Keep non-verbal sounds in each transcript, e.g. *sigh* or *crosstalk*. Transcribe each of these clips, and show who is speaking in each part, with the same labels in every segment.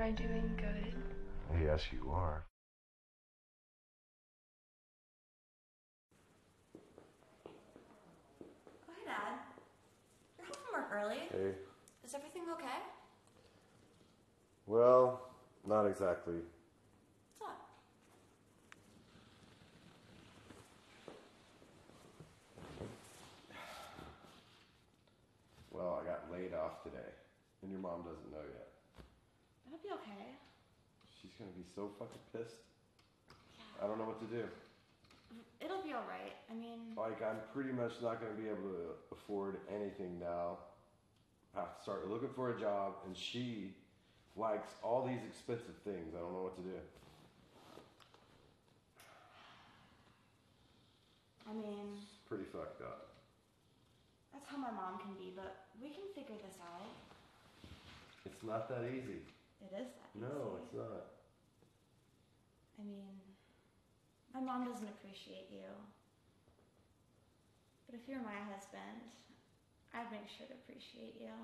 Speaker 1: I doing good?
Speaker 2: Yes, you are.
Speaker 3: Oh, hi, Dad. You're home from work early.
Speaker 4: Hey.
Speaker 3: Is everything okay?
Speaker 4: Well, not exactly.
Speaker 3: What's up?
Speaker 4: Well, I got laid off today, and your mom doesn't know yet.
Speaker 3: That'll be okay.
Speaker 4: She's gonna be so fucking pissed. I don't know what to do.
Speaker 3: Mm-hmm. It'll be alright. I mean,
Speaker 4: Like, I'm pretty much not gonna be able to afford anything now. I have to start looking for a job, and she likes all these expensive things. I don't know what to do.
Speaker 3: I mean,
Speaker 4: It's pretty fucked up.
Speaker 3: that's how my mom can be, but we can figure this out.
Speaker 4: It's not that easy.
Speaker 3: It is that
Speaker 4: No,
Speaker 3: easy.
Speaker 4: it's not.
Speaker 3: I mean, my mom doesn't appreciate you. But if you're my husband, I'd make sure to appreciate you.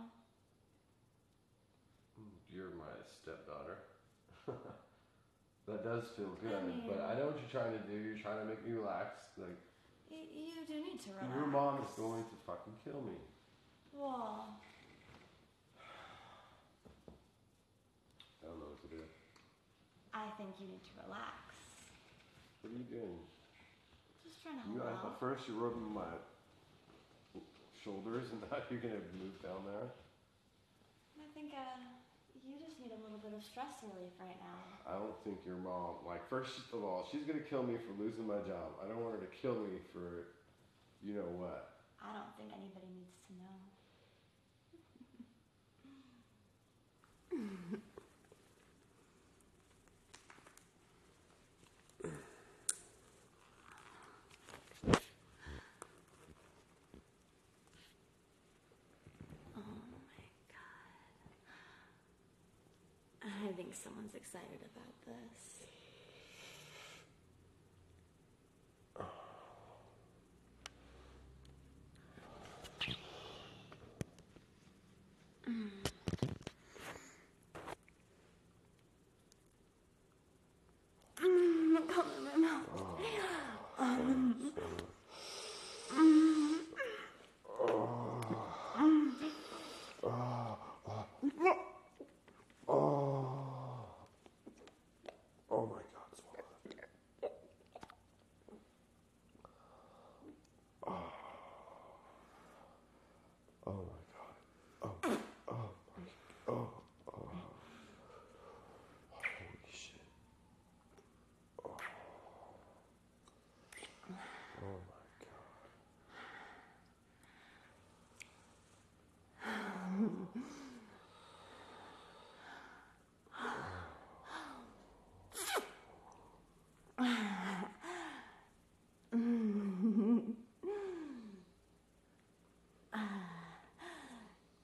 Speaker 4: You're my stepdaughter. *laughs* that does feel good, but
Speaker 3: mean-
Speaker 4: I know what you're trying to do. You're trying to make me relax. Like
Speaker 3: Y- you do need to relax.
Speaker 4: your mom is going to fucking kill me.
Speaker 3: Well,
Speaker 4: I don't know what to do.
Speaker 3: I think you need to relax.
Speaker 4: What are you doing?
Speaker 3: Oh, Just trying to
Speaker 4: You,
Speaker 3: help
Speaker 4: I,
Speaker 3: out.
Speaker 4: at first you're rubbing my shoulders, *laughs* and now you're gonna move down there.
Speaker 3: I think uh, you just need a little bit of stress relief right now.
Speaker 4: I don't think your mom. Like first of all, she's gonna kill me for losing my job. I don't want her to kill me for, you know what.
Speaker 3: I don't think anybody needs to know. Oh Oh my god! I think someone's excited about this.
Speaker 4: Oh. Oh my God, swallow that. Oh. Oh my God. Oh. Oh my. Oh. Oh. Holy shit. Oh. Oh my God.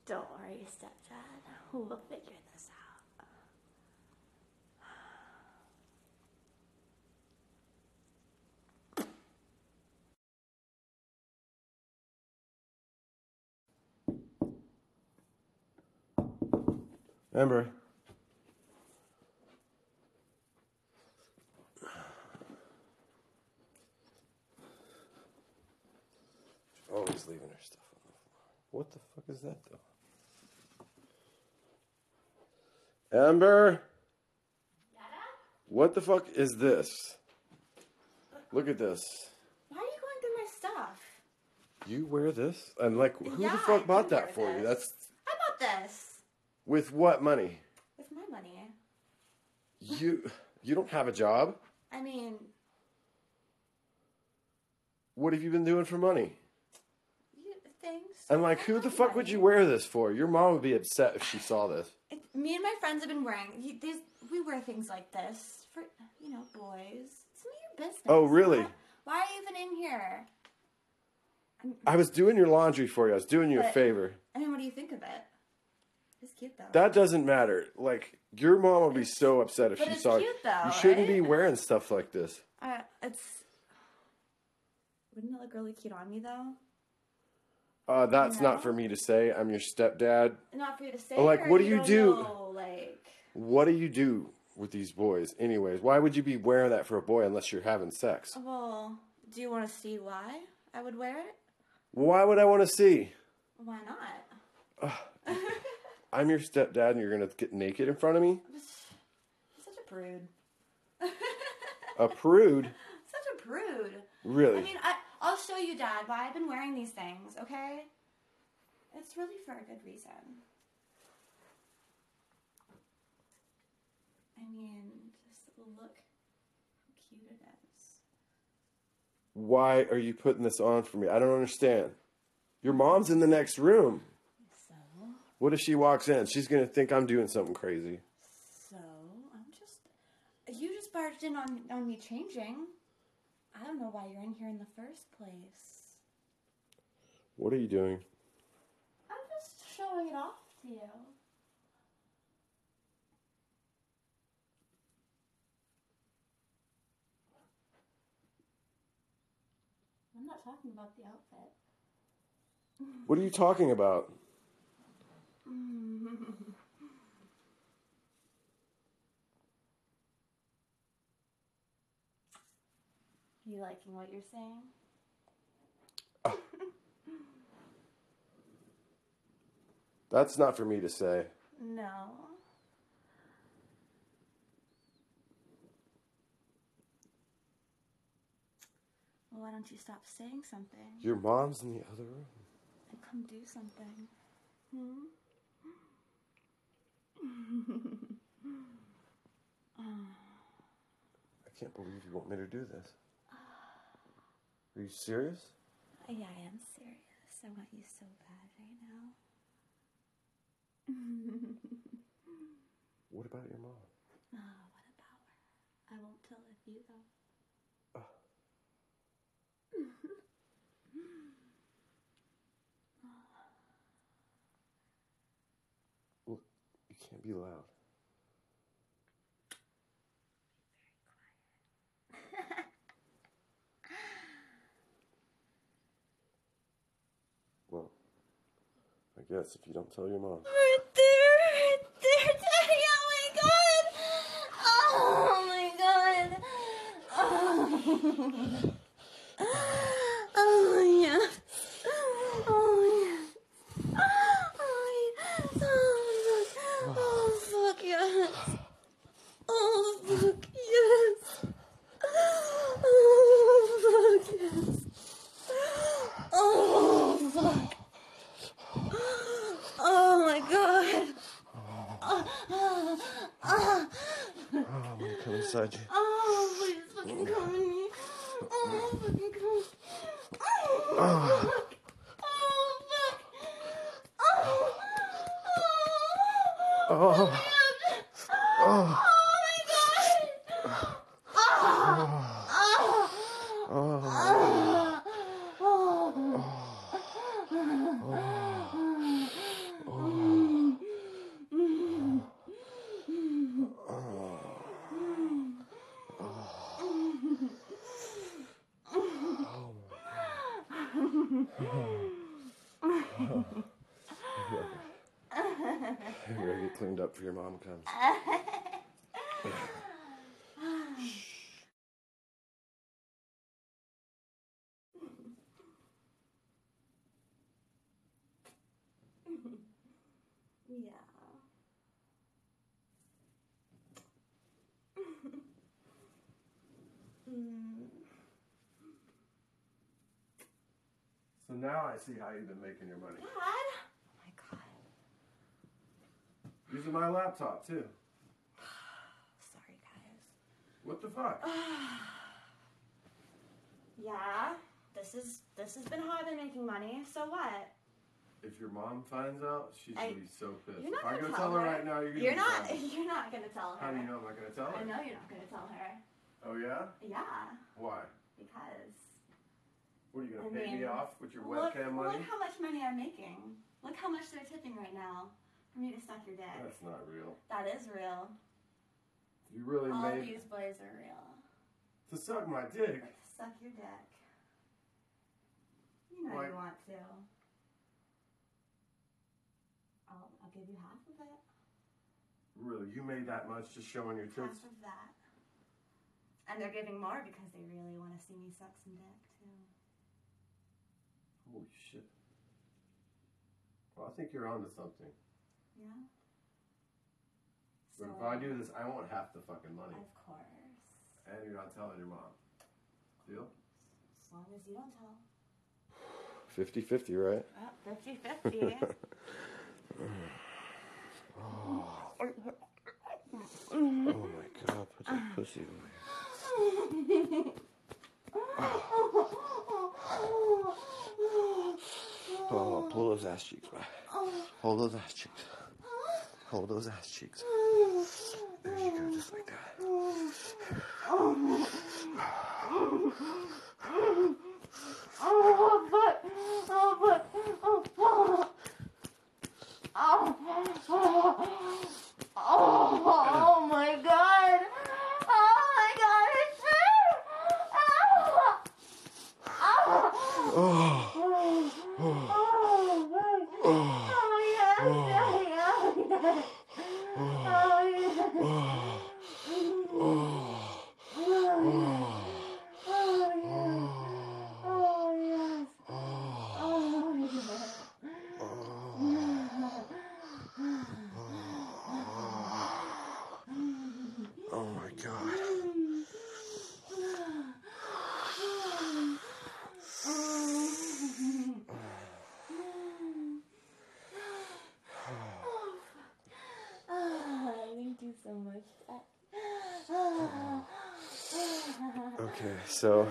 Speaker 3: Don't worry, stepdad. We'll figure this out.
Speaker 4: Amber. Always leaving her stuff on the floor. What the fuck is that though? Amber,
Speaker 3: Dada?
Speaker 4: what the fuck is this? Look at this.
Speaker 3: Why are you going through my stuff?
Speaker 4: You wear this? And like, who
Speaker 3: Yeah,
Speaker 4: the
Speaker 3: I
Speaker 4: fuck
Speaker 3: do
Speaker 4: bought that
Speaker 3: wear
Speaker 4: for you?
Speaker 3: this.
Speaker 4: That's
Speaker 3: I bought this
Speaker 4: with what money?
Speaker 3: with my money.
Speaker 4: You you don't have a job.
Speaker 3: I mean,
Speaker 4: What have you been doing for money?
Speaker 3: you, things.
Speaker 4: And like, who the fuck would you wear this for? Your mom would be upset if she saw this.
Speaker 3: It- me and my friends have been wearing you- these. We wear things like this for you know boys. It's none of your business.
Speaker 4: Oh, really?
Speaker 3: Why, why are you even in here?
Speaker 4: I was doing your laundry for you. I was doing you a
Speaker 3: But-
Speaker 4: favor.
Speaker 3: I mean, what do you think of it? It's cute though.
Speaker 4: That doesn't matter. Like, your mom would be so upset if
Speaker 3: But
Speaker 4: she
Speaker 3: it's
Speaker 4: saw
Speaker 3: cute, though,
Speaker 4: You shouldn't
Speaker 3: right?
Speaker 4: be wearing stuff like this.
Speaker 3: uh, it's. Wouldn't it look really cute on me though?
Speaker 4: Uh, that's
Speaker 3: No.
Speaker 4: not for me to say. I'm your stepdad.
Speaker 3: Not for you to say.
Speaker 4: Like,
Speaker 3: or
Speaker 4: what do you
Speaker 3: don't
Speaker 4: do?
Speaker 3: know, like,
Speaker 4: What do you do with these boys, anyways? Why would you be wearing that for a boy unless you're having sex?
Speaker 3: Well, do you want to see why I would wear it?
Speaker 4: Why would I want to see?
Speaker 3: Why not? *laughs*
Speaker 4: I'm your stepdad, and you're gonna get naked in front of me?
Speaker 3: Such a prude. *laughs*
Speaker 4: A prude,
Speaker 3: Such a prude. I
Speaker 4: really?
Speaker 3: mean, I, I'll show you, Dad, why I've been wearing these things, okay? It's really for a good reason. I mean, just look how cute it is.
Speaker 4: Why are you putting this on for me? I don't understand. Your mom's in the next room.
Speaker 3: So,
Speaker 4: What if she walks in? She's gonna think I'm doing something crazy.
Speaker 3: so, I'm just. You just barged in on, on me changing. I don't know why you're in here in the first place.
Speaker 4: What are you doing?
Speaker 3: I'm just showing it off to you.
Speaker 1: I'm not talking about the outfit.
Speaker 4: What are you talking about?
Speaker 3: You liking what you're saying?
Speaker 4: That's not for me to say.
Speaker 3: No. Well, why don't you stop saying something
Speaker 4: Your mom's in the other room.
Speaker 3: and come do something? Hmm?
Speaker 4: I can't believe you want me to do this. Are you serious?
Speaker 3: Oh, Yeah, I am serious. I want you so bad right *laughs* now.
Speaker 4: What about your mom?
Speaker 3: Oh, what about her? I won't tell if you though.
Speaker 4: Look, you can't be loud. well, I guess if you don't tell your mom.
Speaker 3: Right there, right there, Daddy. Oh my god. Oh my god. Oh, oh yeah. Oh yeah. Oh, yeah. Oh, fuck. oh fuck yes. Oh fuck yes. Oh fuck yes. Oh fuck. Oh my god.
Speaker 4: Oh, I'm gonna come inside you.
Speaker 3: Oh, please fucking come with me. Oh, fucking come.
Speaker 4: Ah.
Speaker 3: Oh, fuck. Oh, fuck. Oh, oh,
Speaker 4: Oh, oh,
Speaker 3: oh my god. Oh, oh,
Speaker 4: oh.
Speaker 3: oh, oh.
Speaker 4: Oh. You better get cleaned up for your mom comes.
Speaker 3: Yeah. mm.
Speaker 4: So now I see how you've been making your money.
Speaker 3: Dad? Oh my god.
Speaker 4: Using my laptop too.
Speaker 3: Sorry, guys.
Speaker 4: What the fuck?
Speaker 3: Yeah. This is this has been how I've been making money. So what?
Speaker 4: If your mom finds out, she's
Speaker 3: I-
Speaker 4: gonna be so pissed.
Speaker 3: You're not
Speaker 4: if I go
Speaker 3: gonna tell
Speaker 4: tell her
Speaker 3: her.
Speaker 4: right now, you're gonna
Speaker 3: You're
Speaker 4: be
Speaker 3: not
Speaker 4: pissed.
Speaker 3: *laughs* you're not gonna tell her.
Speaker 4: How do you know I'm not gonna tell her?
Speaker 3: I know you're not gonna tell her.
Speaker 4: Oh yeah?
Speaker 3: Yeah,
Speaker 4: Why?
Speaker 3: because
Speaker 4: What are you gonna
Speaker 3: I
Speaker 4: pay me
Speaker 3: mean,
Speaker 4: off with your
Speaker 3: look,
Speaker 4: webcam
Speaker 3: look
Speaker 4: money?
Speaker 3: how much money I'm making. Look how much they're tipping right now for me to suck your dick.
Speaker 4: That's not real.
Speaker 3: That is real.
Speaker 4: You really
Speaker 3: All
Speaker 4: made
Speaker 3: these boys are real.
Speaker 4: to suck my dick.
Speaker 3: Suck your dick. You know
Speaker 4: Why-
Speaker 3: you want to. I'll, I'll give you half of it.
Speaker 4: Really, you made that much just showing your
Speaker 1: Half
Speaker 4: tits?
Speaker 1: of that. And they're giving more because they really want to see me suck some dick too.
Speaker 4: Holy shit. Well, I think you're onto something.
Speaker 1: Yeah.
Speaker 4: But if
Speaker 3: uh,
Speaker 4: I do this, I won't have the fucking money.
Speaker 1: Of course.
Speaker 4: And you're not telling your mom. Deal?
Speaker 1: As long as you don't tell.
Speaker 4: 50 50, right?
Speaker 1: Well, 50 50.
Speaker 4: *laughs* Oh my god, put that pussy away. Oh, pull those ass cheeks back. Hold those ass cheeks. Hold those ass cheeks. There you go, just like that.
Speaker 1: Oh, but, oh, but, oh, oh, oh, oh, oh, oh my god. Oh my god, it's true. Oh, oh,
Speaker 4: Oh,
Speaker 1: oh, my- oh, yes, oh, yes. Oh, yes.
Speaker 4: oh, oh, oh,
Speaker 1: Oh, yes.
Speaker 4: oh,
Speaker 1: Oh, yes.
Speaker 4: oh.
Speaker 1: Oh, yes.
Speaker 4: Oh my god.
Speaker 1: Thank you so much. Oh,
Speaker 4: Okay, so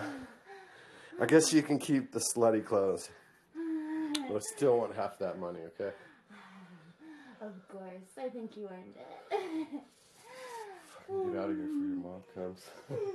Speaker 4: I guess you can keep the slutty clothes. But I still want half that money, okay?
Speaker 1: of course, I think you earned it.
Speaker 4: Get out of here before your mom comes.
Speaker 1: *laughs*